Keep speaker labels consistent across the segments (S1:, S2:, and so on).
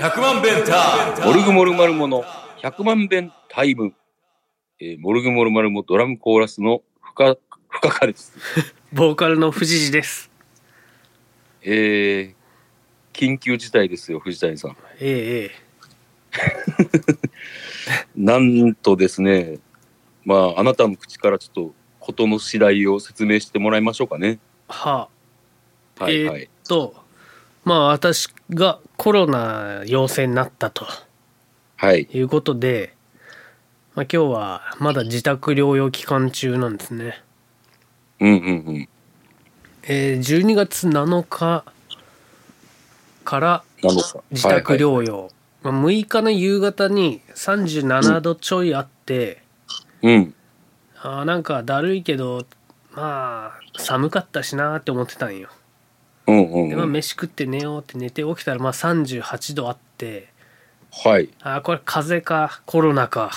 S1: 100万弁タ
S2: モルグモルマルモの100万遍タイム。えーモルグモルマルモドラムコーラスの深、深かです。
S3: ボーカルの藤次です。
S2: えー、緊急事態ですよ、藤谷さん。
S3: ええ
S2: なんとですね、まあ、あなたの口からちょっと、ことの次第を説明してもらいましょうかね。
S3: は
S2: はいはい。
S3: あ、と、まあ私がコロナ陽性になったと
S2: はい。
S3: いうことで、まあ今日はまだ自宅療養期間中なんですね。
S2: うんうんうん。
S3: えー、12月7日から
S2: なのか。
S3: 自宅
S2: はいはい
S3: 療養。まあ6日の夕方に37度ちょいあって、
S2: うん。
S3: あーなんかだるいけどまあ寒かったしなーって思ってたんよ
S2: うんうん
S3: で、
S2: う
S3: まあ、
S2: ん。
S3: 飯食って寝ようって寝て起きたらまあ38度あって
S2: はい。
S3: あーこれ風邪かコロナか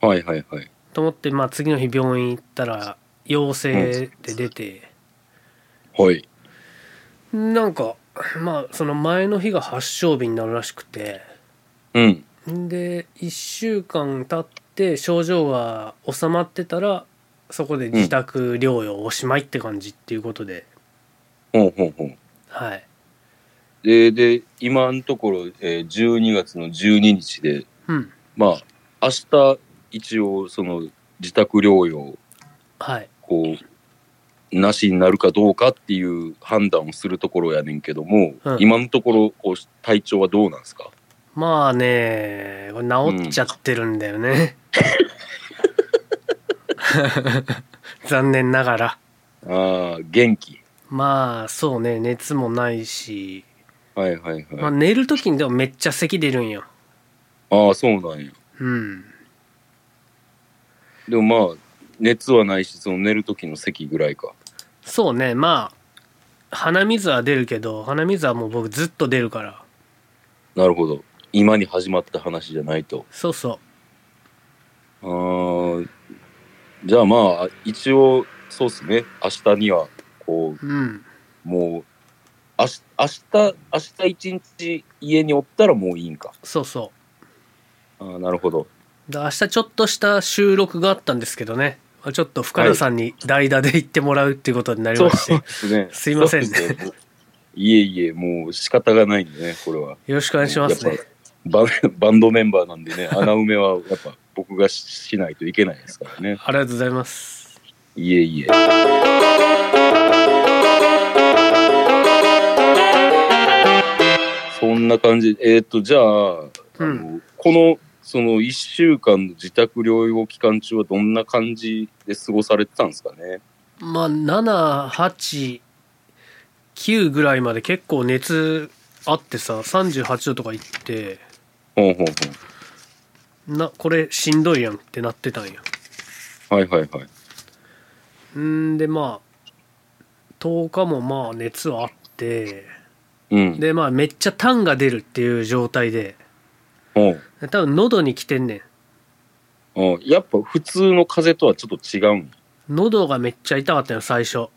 S2: はいはいはい。
S3: と思ってまあ次の日病院行ったら陽性で出て、
S2: はい。
S3: なんかまあその前の日が発症日になるらしくて
S2: うん。
S3: で1週間経って症状が収まってたらそこで自宅療養おしまいって感じっていうことで、
S2: ほうほうほう。
S3: はい
S2: で、で、今のところ、えー、12月の12日で、
S3: うん
S2: まあ、明日、一応、その、自宅療養、
S3: はい
S2: こう、なしになるかどうかっていう判断をするところやねんけども、
S3: うん
S2: 今のところ、こう、体調はどうなんですか
S3: まあねこれ治っちゃってるんだ よね、残念ながら
S2: ああ、元気。
S3: まあそうね熱もないし、
S2: はいはい
S3: ま
S2: は
S3: あ、
S2: い。
S3: 寝る時にでもめっちゃ咳出るんよ
S2: ああ、そうなんや。
S3: うん
S2: でもまあ、熱はないし、その寝る時の咳ぐらいか。
S3: そうねまあ鼻水は出るけど鼻水はもう僕ずっと出るから
S2: なるほど。今に始まった話じゃないと。
S3: そうそ
S2: あーじゃあまあ、一応、そうっすね。明日には、こ
S3: ううん
S2: う、もう、明日、明日、明日一日家におったらもういいんか。
S3: そうそ
S2: あーなるほど。
S3: うで明日ちょっとした収録があったんですけどねまあちょっと深田さんに代打で行ってもらうっていうことになり
S2: そう
S3: ま
S2: で
S3: して、
S2: すね。
S3: すいませんね
S2: そうですねいえいえ、もう仕方がないんでね、これは。
S3: よろしくお願いします
S2: や
S3: ね
S2: っぱバンバンドメンバーなんでね、穴埋めはやっぱ僕がししないといけないですからね。
S3: ありがとうございます。
S2: いえいえ。そんな感じ。えっ、と、じゃあ、あのこの、その1週間の自宅療養期間中はどんな感じで過ごされてたんですかね
S3: まあ、7、8、9ぐらいまで結構熱あってさ、38度とかいって、
S2: ほうほう
S3: な、これしんどいやんってなってたんや。
S2: ほう。はいはいはい。
S3: んで、まあ、10日もまあ熱はあって、
S2: うん。
S3: で、まあめっちゃ痰が出るっていう状態で、
S2: ほう
S3: 多分喉に来てんねん。
S2: うんやっぱ普通の風邪とはちょっと違うん
S3: 喉がめっちゃ痛かったよ、最初。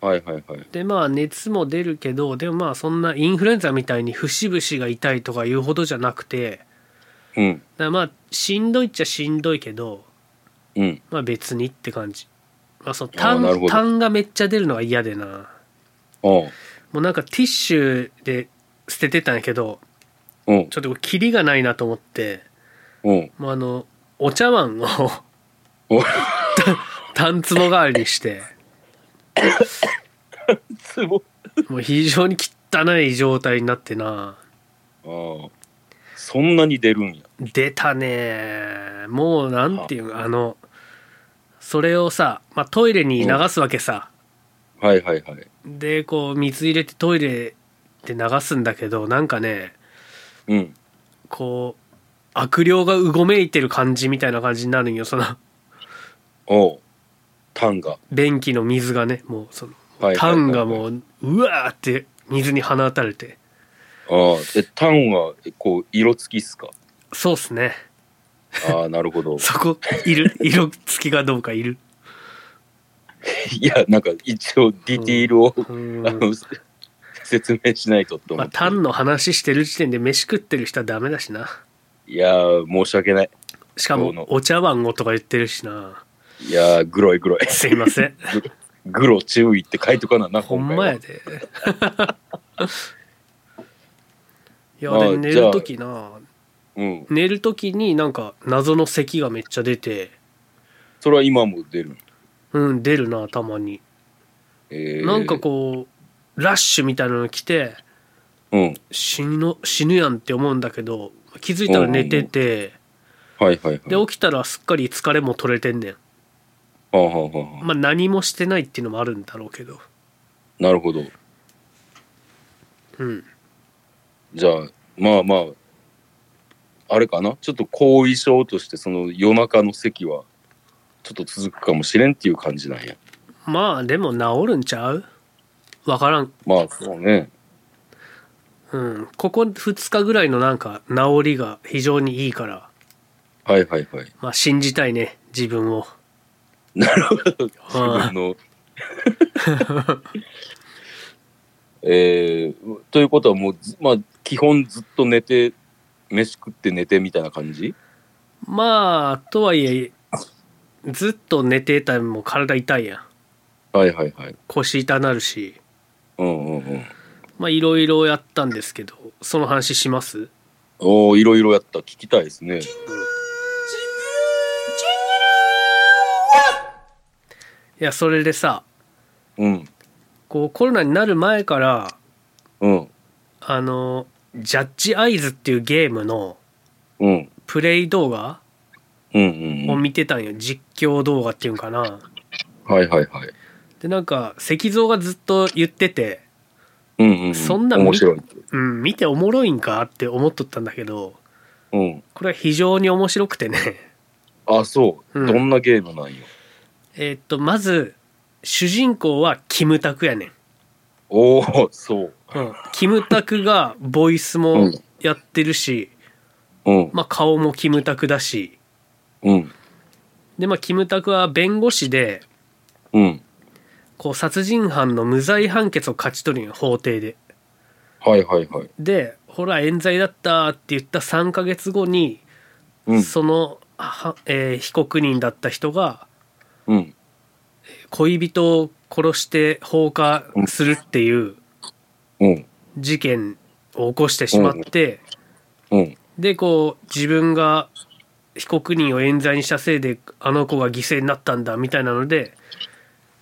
S2: はいはいはい。
S3: で、まあ熱も出るけど、でもまあそんなインフルエンザみたいに節々が痛いとかいうほどじゃなくて、
S2: うん。
S3: だからまあしんどいっちゃしんどいけど
S2: うん。
S3: まあ別にって感じまあそう
S2: あーなるほ
S3: 痰
S2: ど
S3: 痰がめっちゃ出るのが嫌でな
S2: うん。
S3: もうなんかティッシュで捨ててたんやけど
S2: うん。
S3: ちょっとこれキリがないなと思って
S2: うん。
S3: もうあのお茶碗を
S2: お
S3: 痰壺代わりにして
S2: すごい。
S3: もう非常に汚い状態になってな
S2: ああ。そんなに出るんや。
S3: 出たねもうなんていうのあのそれをさ、まあ、トイレに流すわけさ、
S2: はいはいはい。
S3: でこう水入れてトイレで流すんだけどなんかね
S2: うん。
S3: こう悪霊がうごめいてる感じみたいな感じになるんよその
S2: おう。タンが。
S3: 便器の水がねもうその
S2: はいはいはいはい
S3: タンがもううわーって水に放たれて
S2: ああ。で、タンは、えこう、色付きっすか。
S3: そうっすね
S2: ああ、なるほど。
S3: そこいる色付きがどうかいる
S2: いや、なんか一応ディティールを、
S3: うん
S2: あの、 説明しないとと思
S3: まあ、
S2: って。
S3: タンの話してる時点で飯食ってる人はダメだしない
S2: やー、申し訳ない。
S3: しか
S2: そう
S3: も
S2: の
S3: お茶碗をとか言ってるしない
S2: やー、グロいグロい。
S3: すいません
S2: グロ注意って書いとかなな、
S3: ほん
S2: 今回
S3: ま
S2: は
S3: やでいや
S2: まあ
S3: で寝る時な
S2: うん。
S3: 寝る時になんか謎の咳がめっちゃ出て
S2: それは今も出る。
S3: うん出るなたまに、
S2: えー、
S3: なんかこうラッシュみたいなの来て
S2: う。うん。
S3: 死ぬ死ぬやんって思うんだけど気づいたら寝てて、
S2: はいはいはい。
S3: で起きたらすっかり疲れも取れてんねん
S2: はあはあはあ
S3: まあ何もしてないっていうのもあるんだろうけど
S2: なるほど。
S3: うん
S2: じゃあ、まあまあ、あれかな。ちょっと後遺症として、その夜中の咳は、ちょっと続くかもしれんっていう感じなんや。
S3: まあでも治るんちゃうわからん
S2: まあ、そうね。
S3: うんここ2日ぐらいのなんか治りが非常にいいから
S2: はいはいはい。
S3: まあ信じたいね自分を
S2: なるほど。自
S3: は
S2: 分の。 えー、ということはもうず、まあ、基本ずっと寝て、飯食って寝てみたいな感じ
S3: まあとはいえずっと寝てたらもう体痛いやん
S2: はいはいはい。
S3: 腰痛なるし
S2: うんうんうん。
S3: まあいろいろやったんですけどその話します
S2: おおいろいろやった。聞きたいですね。
S3: いやそれでさ
S2: うん。
S3: こうコロナになる前から
S2: うん。
S3: あのジャッジアイズっていうゲームの
S2: うん。
S3: プレイ動画
S2: うんうん
S3: を
S2: うん。
S3: 見てたんよ、実況動画っていうんかな
S2: はいはいはい。
S3: でなんか石像がずっと言ってて
S2: うんうん、うん。
S3: そんな
S2: 面白い。
S3: うん見ておもろいんかって思っとったんだけど
S2: うん。
S3: これは非常に面白くてね
S2: あ、そう。
S3: うん
S2: どんなゲームなんよ。
S3: えっとまず主人公はキムタクやねん、
S2: おおそう。
S3: うん、キムタクがボイスもやってるし、
S2: うん。
S3: まあ、顔もキムタクだし
S2: うん。
S3: でまあキムタクは弁護士で
S2: うん。
S3: こう殺人犯の無罪判決を勝ち取るんよ法廷で
S2: はいはいはい。
S3: でほら冤罪だったって言った3ヶ月後に、
S2: うん。
S3: そのは、えー被告人だった人が
S2: うん。
S3: 恋人を殺して放火するっていう
S2: うん。
S3: 事件を起こしてしまって、
S2: うん。
S3: でこう自分が被告人を冤罪にしたせいであの子が犠牲になったんだみたいなので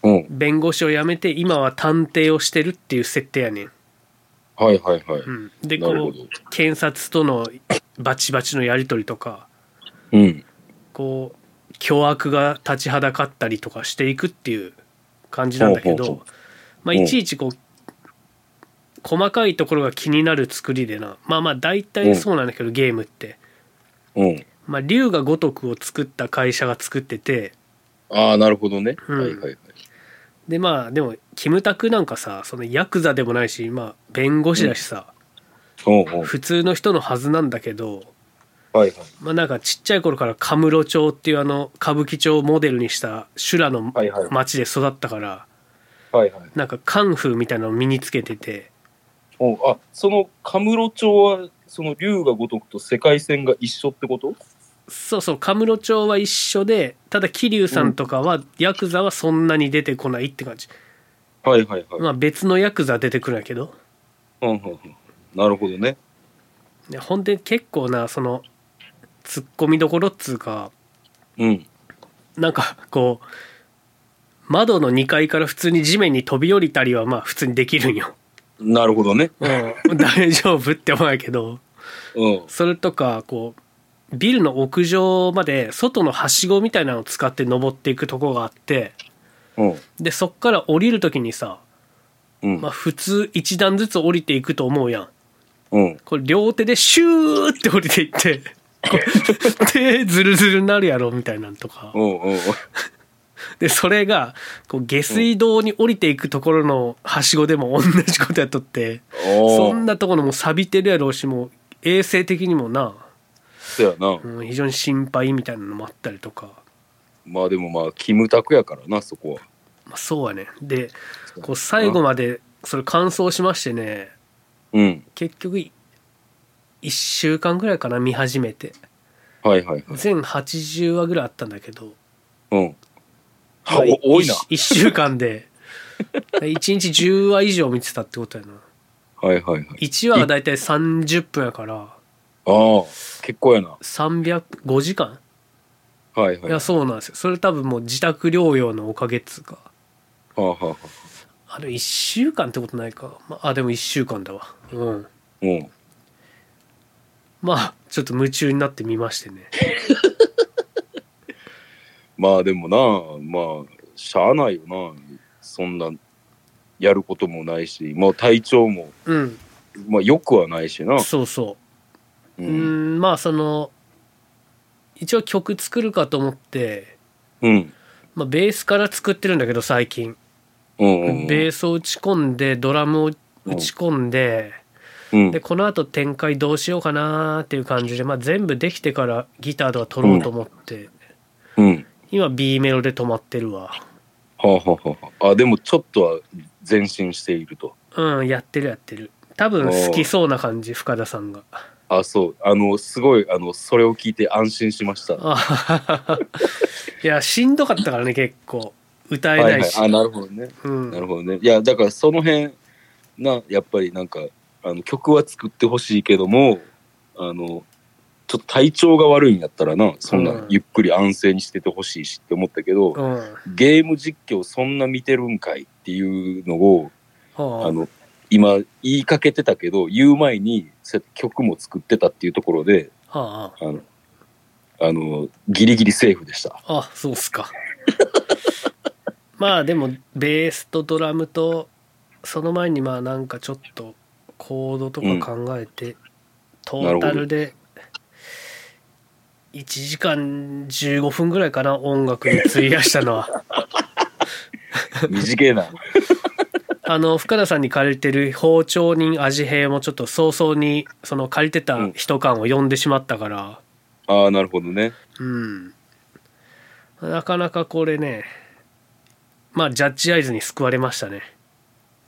S2: うん。
S3: 弁護士を辞めて今は探偵をしてるっていう設定やねん。
S2: はいはいはい。
S3: うん、でこ
S2: なるほ
S3: う
S2: ど。
S3: 検察とのバチバチのやり取りとか。
S2: うん。
S3: こう巨悪が立ちはだかったりとかしていくっていう感じなんだけど
S2: ほうほうほ
S3: まあ、
S2: うん
S3: いちいちこう細かいところが気になる作りでなまあまあ大体そうなんだけど、ゲームって、
S2: うん。
S3: まあ、竜が如くを作った会社が作ってて
S2: ああ、なるほどね。
S3: うん
S2: はいはいはい。
S3: でまあでもキムタクなんかさそのヤクザでもないし、まあ、弁護士だしさ、
S2: おうおう
S3: 普通の人のはずなんだけど、
S2: はいはい。
S3: まあ、なんかちっちゃい頃からカムロ町っていうあの歌舞伎町をモデルにした修羅の
S2: はいはい
S3: 町で育ったから。
S2: はいはい。
S3: なんかカンフーみたいなのを身につけてて
S2: おうあ、その、カムロ町は、その、竜が如くと世界線が一緒ってこと
S3: そうそうカムロ町は一緒でただ桐生さんとかは、ヤクザはそんなに出てこないって感じ
S2: はいはいはい。
S3: まあ別のヤクザ出てくるんやけど
S2: うんうんうん。なるほどね。
S3: でほんで結構なそのツッコミどころっつうか
S2: うん。
S3: なんかこう窓の2階から普通に地面に飛び降りたりはまあ普通にできるんよ、
S2: なるほどね。
S3: うん、 大丈夫って思うんやけど
S2: うん。
S3: それとかこうビルの屋上まで外のはしごみたいなのを使って登っていくとこがあって
S2: うん。
S3: でそっから降りる時にさ、
S2: うん
S3: まあ、普通一段ずつ降りていくと思うやん
S2: うん。
S3: これ両手でシューって降りていってこう 手ズルズルになるやろみたいなんとか
S2: うんうんうん。
S3: でそれがこう下水道に降りていくところのはしごでも同じことやっとって
S2: お
S3: そ
S2: ー
S3: んなところもう錆びてるやろうしもう衛生的にもな、
S2: そやな。
S3: うん、非常に心配みたいなのもあったりとか
S2: まあでもまあ、キムタクやからな、そこは。
S3: まあ、そうやねでこう最後までそれ完走しましてね
S2: うん。
S3: 結局い1週間ぐらいかな見始めて
S2: はいはいはい。
S3: 全80話ぐらいあったんだけど
S2: うん。はお多いな。
S3: 1週 間で1日10話以上見てたってことやな
S2: はいはいはい。
S3: 1話が大体30分やから
S2: ああ、結構やな。
S3: 305時間
S2: はい
S3: い
S2: はい。
S3: や
S2: は
S3: そうなんですよそれ多分もう自宅療養のおかげっつうか
S2: あはあはあ。
S3: あれ1週間ってことないか、まああでも1週間だわうん
S2: うん。
S3: まあちょっと夢中になってみましてね
S2: まあでもな、まあ、しゃあないよな。そんな、やることもないし、まあ体調も、
S3: うん
S2: まあ良くはないしな。。
S3: そうそうううんんまあその一応曲作るかと思って、
S2: うん。
S3: まあ、ベースから作ってるんだけど最近
S2: うんうんうん。
S3: ベースを打ち込んでドラムを打ち込んで
S2: うん
S3: で。このあと展開どうしようかなーっていう感じで、まあ、全部できてからギターとか取ろうと思って
S2: うん。
S3: 今 B メロで止まってるわ
S2: はあはあはあ。あ、でもちょっとは前進していると。
S3: うんやってるやってる多分好きそうな感じ深田さんが
S2: あ、そう。あの、すごい、あの、それを聞いて安心しました。は
S3: あはははいやしんどかったからね結構歌え
S2: いは
S3: ない
S2: い。
S3: し、
S2: あ、なるほどね。
S3: うん
S2: なるほどね。いや、だからその辺な、やっぱりなんか、あの曲は作ってほしいけども、あの、ちょっと体調が悪いんやったらな、そん
S3: うん
S2: なゆっくり安静にしててほしいしって思ったけど、
S3: うんは
S2: ゲーム実況そんな見てるんかいっていうのを、あ
S3: あ
S2: の、今言いかけてたけど、言う前にそうやって曲も作ってたっていうところで、
S3: は
S2: あの、あの、ギリギリセーフでした。
S3: ああそうっすかまあでもベースとドラムとその前にまあなんかちょっとコードとか考えて、トータルで1時間15分ぐらいかな音楽に費やしたのは
S2: 短えな。
S3: あの深田さんに借りてる包丁人味兵もちょっと早々にその借りてた人感を呼んでしまったから
S2: ああ、なるほどね。
S3: うんなかなかこれねまあジャッジアイズに救われましたね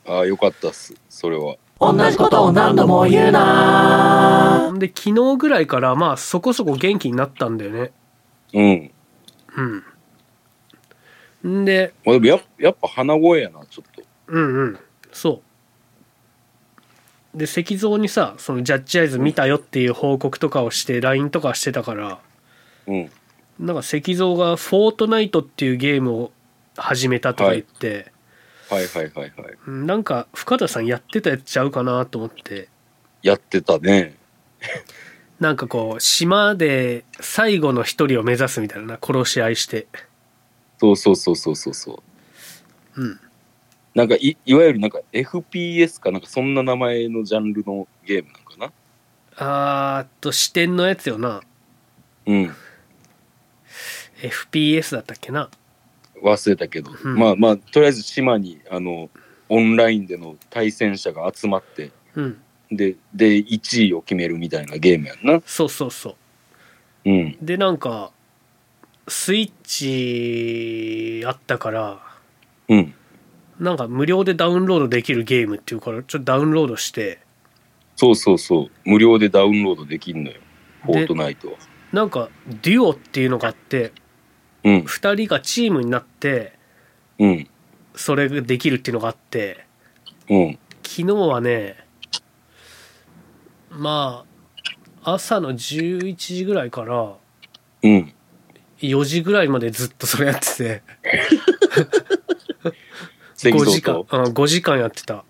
S2: ああ、よかったっす。それは。
S4: 同じことを何度も言うな
S3: で昨日ぐらいからまあそこそこ元気になったんだよね
S2: うん。
S3: うんんで
S2: まあ、でもややっぱ鼻声やなちょっと
S3: うんうんそうで石像にさそのジャッジアイズ見たよっていう報告とかをして LINE とかしてたから
S2: うん
S3: なんか石像が「フォートナイト」っていうゲームを始めたとか言って、
S2: はいはいはいはい
S3: うんなんか深田さんやってたやつちゃうかなと思って
S2: やってたね
S3: なんかこう島で最後の一人を目指すみたいな殺し合いして
S2: そうそうそうそうそうそう
S3: うん
S2: なんかいいわゆるなんか FPS かなんかそんな名前のジャンルのゲームなんかな
S3: あーっと視点のやつよな
S2: うん
S3: FPS だったっけな
S2: 忘れたけど、
S3: うん
S2: まあまあとりあえず島にあのオンラインでの対戦者が集まって
S3: うん
S2: でで1位を決めるみたいなゲームやんな
S3: そうそうそう
S2: うん
S3: でなんかスイッチあったから
S2: うん
S3: なんか無料でダウンロードできるゲームっていうからちょっとダウンロードして
S2: そうそうそう無料でダウンロードできんのよフォートナイトは
S3: なんかデュオっていうのがあって
S2: うん
S3: 2人がチームになって
S2: うん
S3: それができるっていうのがあって
S2: うん
S3: 昨日はねまあ朝の11時ぐらいから
S2: うん
S3: 4時ぐらいまでずっとそれやってて
S2: 関
S3: 5
S2: 東
S3: 時間、
S2: と
S3: うん、5時間やってた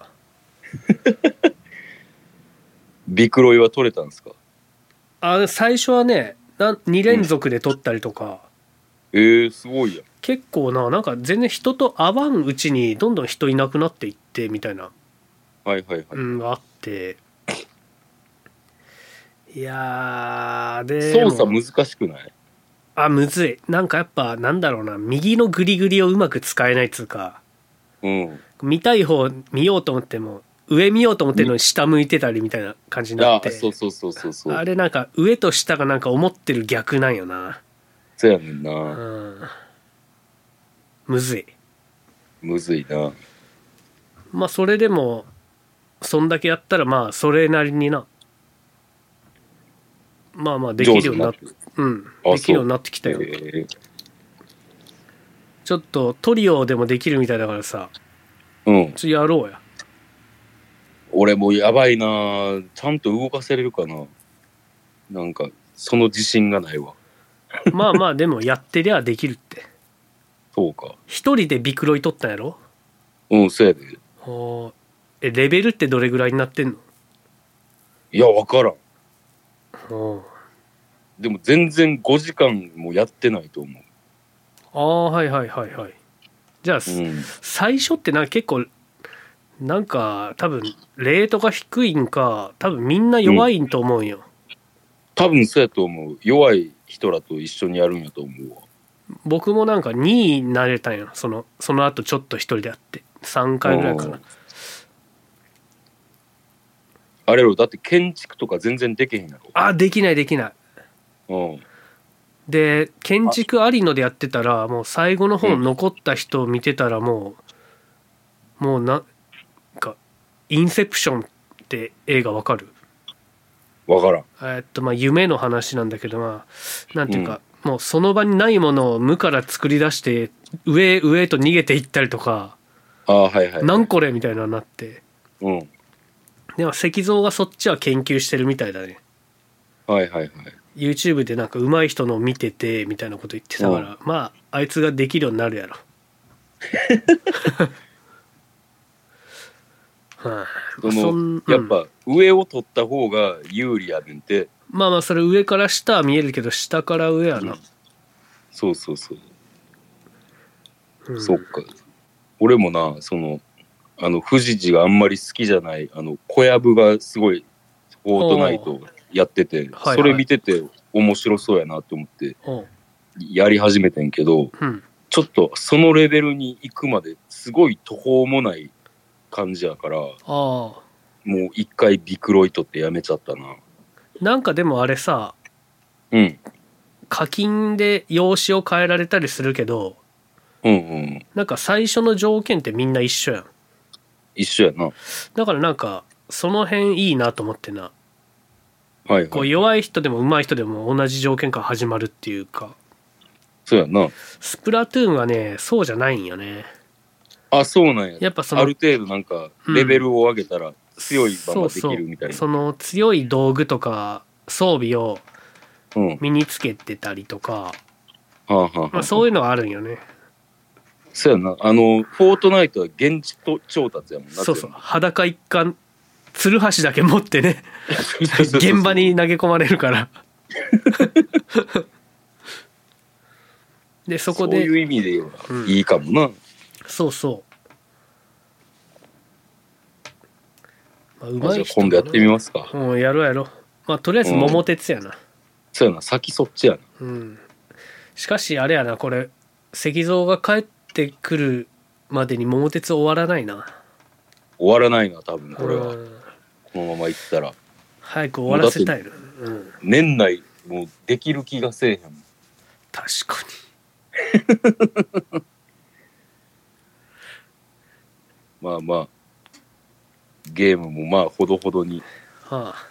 S2: ビクロイは取れたんですか
S3: あ最初はねな2連続で撮ったりとか、
S2: ええすごいやん。
S3: 結構ななんか全然人と会わんうちにどんどん人いなくなっていってみたいな
S2: はいはいはい。
S3: うんがあっていやーで
S2: 操作
S3: もう
S2: 難しくない
S3: あむずいなんかやっぱなんだろうな右のグリグリをうまく使えないっつうか
S2: うん。
S3: 見たい方見ようと思っても上見ようと思ってるのに下向いてたりみたいな感じにな
S2: あ
S3: っ、て
S2: そうそうそうそうそ
S3: あ
S2: う。
S3: れなんか上と下がなんか思ってる逆なんよな
S2: そうやねん
S3: う
S2: な。
S3: んむずい
S2: むずいな。
S3: まあそれでもそんだけやったらまあそれなりになまあまあできるようになっ
S2: 上手
S3: うん
S2: あ
S3: できるようになってきた
S2: え
S3: よ
S2: ー
S3: ちょっとトリオでもできるみたいだからさ
S2: うん。
S3: ちょっとやろうや
S2: 俺もうやばいなちゃんと動かせれるかななんか、その自信がないわ。
S3: まあまあでもやってりゃできるって
S2: そうか。
S3: 一人でビクロイ取ったんやろ
S2: うん、そうやで。
S3: ほうえレベルってどれぐらいになってんの
S2: いや、わからん。
S3: ほう
S2: でも全然5時間もやってないと思
S3: ああはいはいはいはいじゃあ、
S2: う。うん。
S3: 最初ってなんか結構なんか多分レートが低いんか多分みんな弱いんと思うんよ、
S2: 多分そうやと思う。弱い人らと一緒にやるんやと思うわ。
S3: 僕もなんか2位になれたんよそのその後ちょっと一人でやって3回ぐらいか
S2: う
S3: なん
S2: あれやろ、だって建築とか全然できへんや
S3: あできないできない
S2: ろ。うん。
S3: で建築ありのでやってたらもう最後の方
S2: うん
S3: 残った人を見てたらもう、もうななんか「インセプション」って映画わかる
S2: わからん。
S3: えーっとまあ夢の話なんだけどまあなんていうか、もうその場にないものを無から作り出して上へ上へと逃げていったりとか
S2: ああ、はい
S3: 「
S2: はい。
S3: なんこれ」みたいなのになって
S2: うん。
S3: でも石像がそっちは研究してるみたいだね
S2: はいはいはい。
S3: YouTube でなんか上手い人のを見ててみたいなこと言ってたから、まああいつができるようになる やろはい、
S2: そ
S3: そ
S2: の
S3: ん
S2: やっぱ上を取った方が有利やねんて。
S3: まあまあそれ上から下は見えるけど下から上やな、
S2: そうそうそう。
S3: うん
S2: そっか。俺もな、その、あの、富士寺があんまり好きじゃない、あの、小籔がすごい、フォートナイトやってて
S3: はいはい、
S2: それ見てて面白そうやなと思って、
S3: おう
S2: やり始めてんけど、
S3: うん
S2: ちょっとそのレベルに行くまですごい途方もない感じやから、も
S3: ああ
S2: う一回ビクロイトってやめちゃったな。
S3: なんかでもあれさ
S2: うん。
S3: 課金で用紙を変えられたりするけど
S2: うんうん。
S3: なんか最初の条件ってみんな一緒やん
S2: 一緒やな。は、
S3: だからなんかその辺いいなと思ってないこ
S2: は
S3: う
S2: い。
S3: 弱い人でも上手い人でも同じ条件から始まるっていうか
S2: そうやな。
S3: スプラトゥーンはねそうじゃないんよね
S2: あ、そうなんや。
S3: やっぱその
S2: ある程度なんか、レベルを上げたら強い場ができるみたいな。
S3: そうそうその強い道具とか装備を
S2: うん。は
S3: 身につけてたりとか、
S2: あ、はあはあ
S3: まあ、そういうのはあるんよね
S2: そうやな。あの、フォートナイトは現地と調達やもんな。
S3: そうそう裸一貫つるはしだけ持ってね現場。に投げ込まれるから でそ
S2: そ
S3: こ
S2: こ
S3: で
S2: で。そういう意味で言えば
S3: うん
S2: いいかもな。
S3: そうそうまあう
S2: まあ
S3: ま
S2: じゃ
S3: い
S2: あ今度やってみますか。
S3: もうんやろうやろうまあとりあえず桃鉄やな
S2: そうやな。先そっちやな。
S3: うん、しかしあれやなこれ石像が帰ってくるまでに桃鉄終わらないな
S2: 終わらないな、多分これ
S3: う
S2: は。
S3: ん
S2: このまま行ったら。
S3: 早く終わらせたいな、うん、
S2: 年内、もうできる気がせえへんもん。
S3: 確かに
S2: まあまあ。ゲームもまあ、ほどほどに。
S3: はあ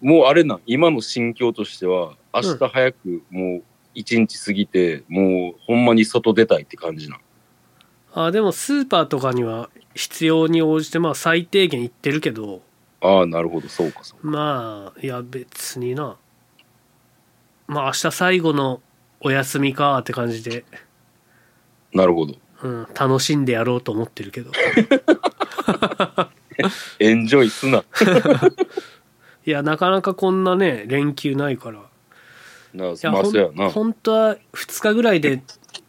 S2: もうあれなん、今の心境としては、明日早くもう一日過ぎて、もうほんまに外出たいって感じなん。
S3: あでもスーパーとかには必要に応じてまあ最低限行ってるけど
S2: ああ、なるほど、そうか、そうか。
S3: まあいや別になまあ明日最後のお休みかって感じで、
S2: なるほど。
S3: うん、楽しんでやろうと思ってるけど
S2: エンジョイすな。
S3: いやなかなかこんなね連休ないからい
S2: なあ、
S3: や
S2: まあ、
S3: ほん
S2: そうやな。
S3: 本当は2日ぐらいで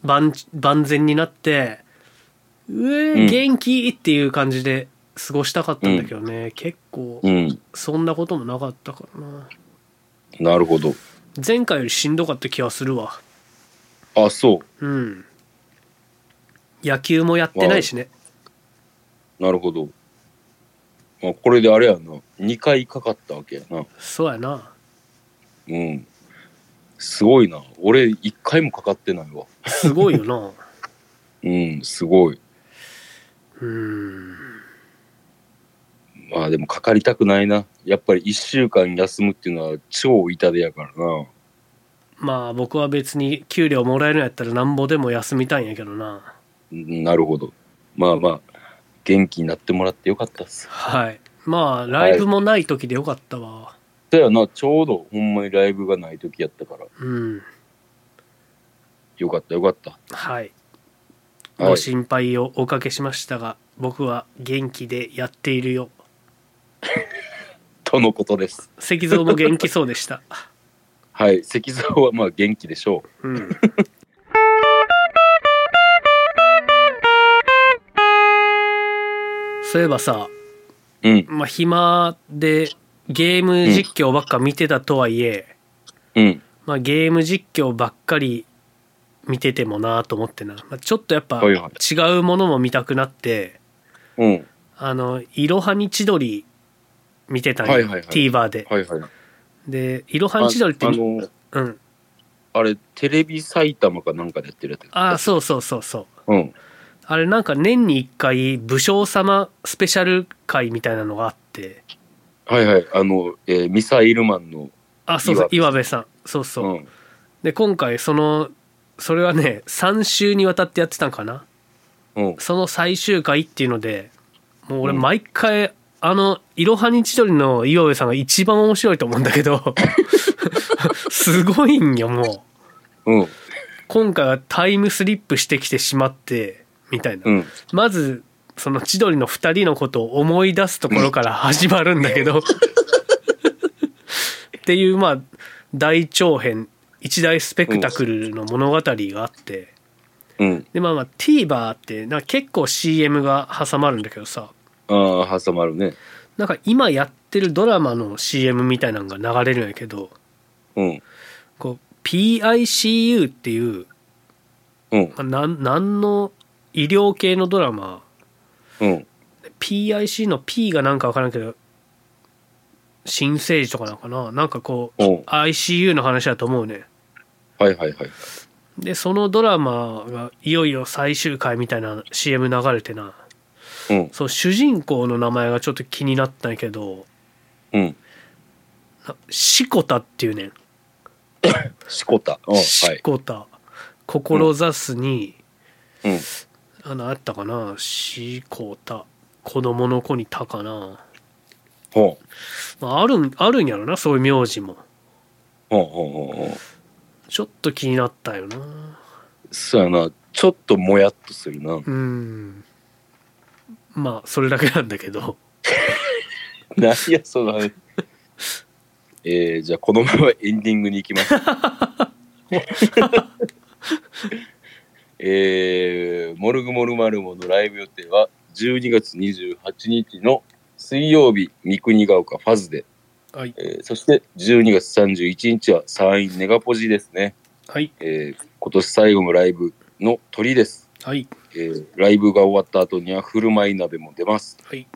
S3: 万万全になって「うえ、
S2: うん
S3: 元気!」っていう感じで過ごしたかったんだけどね、結構
S2: うん。
S3: そんなこともなかったからな
S2: なるほど。
S3: 前回よりしんどかった気がするわ
S2: あ、そ
S3: うん野球もやってないしね
S2: う。なるほど。まあ、これであれやな。2回かかったわけやな。
S3: そうやな
S2: うん。すごいな。俺、1回もかかってないわ。
S3: すごいよな
S2: う ん、すごい。
S3: うん。
S2: まあでもかかりたくないな。やっぱり一週間休むっていうのは超痛手やからな。
S3: まあ僕は別に給料もらえるんやったらなんぼでも休みたいんやけどな。
S2: うんなるほど。まあまあ、元気になってもらってよかったっす。
S3: はい。まあライブもない時でよかったわ。
S2: だよな、ちょうどほんまにライブがない時やったから、
S3: うん。
S2: よかったよかった。
S3: はい。
S2: はい
S3: ご心配をおかけしましたが、僕は元気でやっているよ。
S2: とのことです。
S3: 石像も元気そうでした。
S2: はい、石像はまあ元気でしょう。
S3: うん。そういえばさ、
S2: うん、
S3: まあ、暇でゲーム実況ばっか見てたとはいえ、
S2: うん、
S3: まあ、ゲーム実況ばっかり見ててもなと思ってな、まあ、ちょっとやっぱ
S2: はいは
S3: 違うものも見たくなって
S2: うん。
S3: 「あのいろはに千鳥」見てたんよ、
S2: はいはいはい
S3: TVer で、
S2: はいはい。
S3: で「いろはに千鳥」って
S2: ああの、
S3: うん、
S2: あれ、テレビ埼玉かなんかでやってるやつ。
S3: ああそうそうそうそう
S2: うん。
S3: あれなんか年に1回武将様スペシャル会みたいなのがあって
S2: はいはい。あの、えーミサイルマンの。
S3: あそうそう岩
S2: 岩
S3: 部さんそうそう、
S2: うん。
S3: で今回そのそれはね3週にわたってやってたんかな
S2: うん。
S3: その最終回っていうのでもう俺
S2: うん
S3: 毎回、あの「いろはに千鳥」の岩部さんが一番面白いと思うんだけ どすごいんよもう
S2: うん。
S3: 今回はタイムスリップしてきてしまってみたいな、
S2: うん。
S3: まずその千鳥の2人のことを思い出すところから始まるんだけどっていうまあ大長編一大スペクタクルの物語があって。
S2: うん。
S3: でまあまあ TVer ってなんか結構 CM が挟まるんだけどさ
S2: ああ、挟まるね。
S3: なんか今やってるドラマの CM みたいなのが流れるんやけど
S2: うん。
S3: こう PICU っていう、
S2: うん。
S3: まあ、なんなんの医療系のドラマ
S2: うん。
S3: PIC の P がなんか分からんけど新生児とかなのかななんかこう
S2: うん。
S3: ICU の話だと思うね
S2: はいはいはい。
S3: でそのドラマがいよいよ最終回みたいな CM 流れてな
S2: うん。
S3: そう主人公の名前がちょっと気になったんやけど
S2: うん。
S3: しこたっていうね
S2: しこた。うん。は
S3: し
S2: い。
S3: こた志すに、
S2: うん。
S3: あのあったかなしこた子供の子にたかな、
S2: ほう。
S3: まあ、あるんあるんやろなそういう名字も
S2: ほうほうほうほう。
S3: ちょっと気になったよな
S2: そうやな。ちょっともやっとするな。
S3: うんまあそれだけなんだけど
S2: 何や、その話。えー、じゃあこのままエンディングに行きます。えー、モルグモルマルモのライブ予定は12月28日の水曜日、三国ヶ丘ファズで、
S3: はい
S2: えーそして12月31日は山陰ネガポジですね、
S3: はい
S2: えー今年最後のライブの鳥です、
S3: はい
S2: えーライブが終わった後には振る舞い鍋も出ます。
S3: はい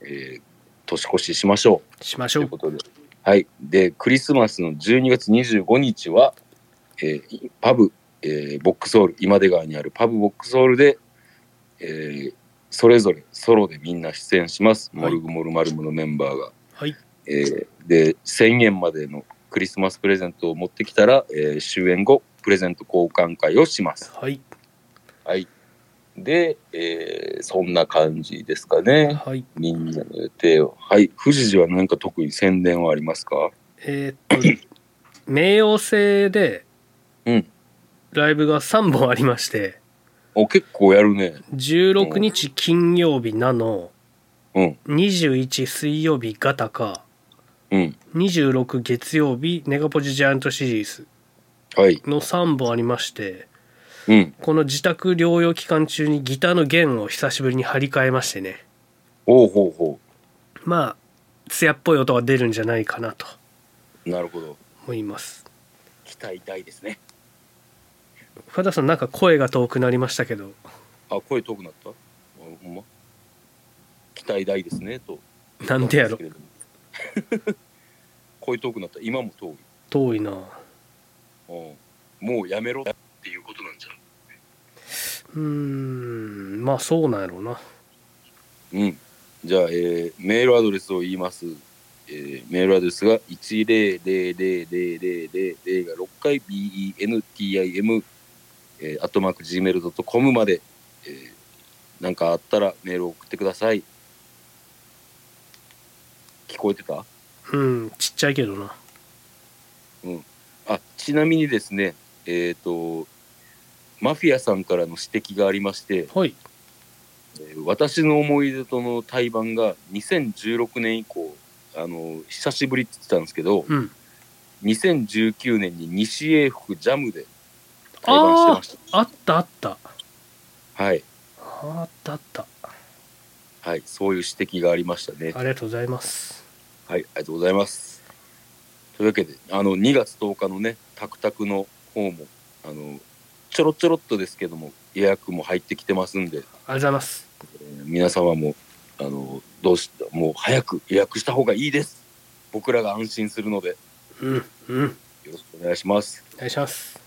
S2: えー年越ししましょう。
S3: しまし
S2: と
S3: ょ
S2: いう
S3: う
S2: ことで。はい。で、クリスマスの12月25日は、えーパブ、えーボックスホール、今出川にあるパブボックスホールで、えーそれぞれソロでみんな出演します。
S3: はい
S2: モルグモルマルムのメンバーが。
S3: はい
S2: えーで、1000円までのクリスマスプレゼントを持ってきたら、えー終演後、プレゼント交換会をします。
S3: はい
S2: はい。で、えーそんな感じですかね。
S3: はい
S2: みんなの予定を。はい。富士寺は何か特に宣伝はありますか
S3: えーっと 名誉制で
S2: うん
S3: ライブが3本ありまして
S2: お、結構やるね。
S3: 16日金曜日なの
S2: うん、
S3: 21水曜日がたか
S2: うん。
S3: 26月曜日ネガポジジャイアントシリーズ
S2: はい。
S3: の3本ありまして
S2: うん。
S3: この自宅療養期間中にギターの弦を久しぶりに張り替えましてね
S2: ほうほうほ
S3: まあ艶っぽい音が出るんじゃないかなと
S2: う。なるほど。
S3: 思います
S2: 期待大ですね。
S3: 深田さんなんか声が遠くなりましたけど
S2: あ、声遠くなったあほんま。期待大ですね、と。
S3: なんでや
S2: です
S3: ろ
S2: けれども。 声遠くなった。今も遠い。
S3: 遠いな
S2: うん。もうやめろっていうことなんじゃん。
S3: うーんまあそうなんやろうな
S2: うん。じゃあ、えーメールアドレスを言います。えーメールアドレスが1000000が6回 bentim、えー、アットマーク gmail.com まで、えーなんかあったらメールを送ってください。聞こえてた
S3: うんちっちゃいけどな
S2: あ、ちなみにですね、えっ、と、マフィアさんからの指摘がありまして、
S3: はい
S2: えー私の思い出との対バンが2016年以降あの久しぶりって言ってたんですけど
S3: うん
S2: 2019年に西英福ジャムで対バンしてまし
S3: あったあった
S2: たはい、
S3: あったあった
S2: はい、そういう指摘がありましたね
S3: ありがとうございます
S2: はいありがとうございますというわけであの2月10日のねタクタクの方もあのちょろちょろっとですけども予約も入ってきてますんで、
S3: ありがとうございます
S2: えー皆様もあのどうしもう早く予約した方がいいです僕らが安心するので
S3: うんうん
S2: よろしくお願いします。
S3: お願いします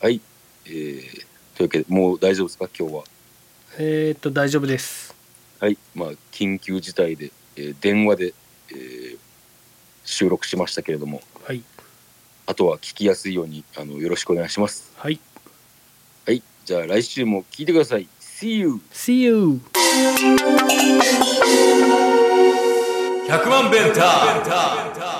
S2: はい。えー、というわけで、もう大丈夫ですか、今日は。
S3: えー、っと大丈夫です
S2: はい。まあ、緊急事態で、えー電話で、えー収録しましたけれども、
S3: はい
S2: あとは聞きやすいように、あの、よろしくお願いします。
S3: はい
S2: はい。じゃあ、来週も聞いてください。See you!
S3: See you!
S1: 100万ベンター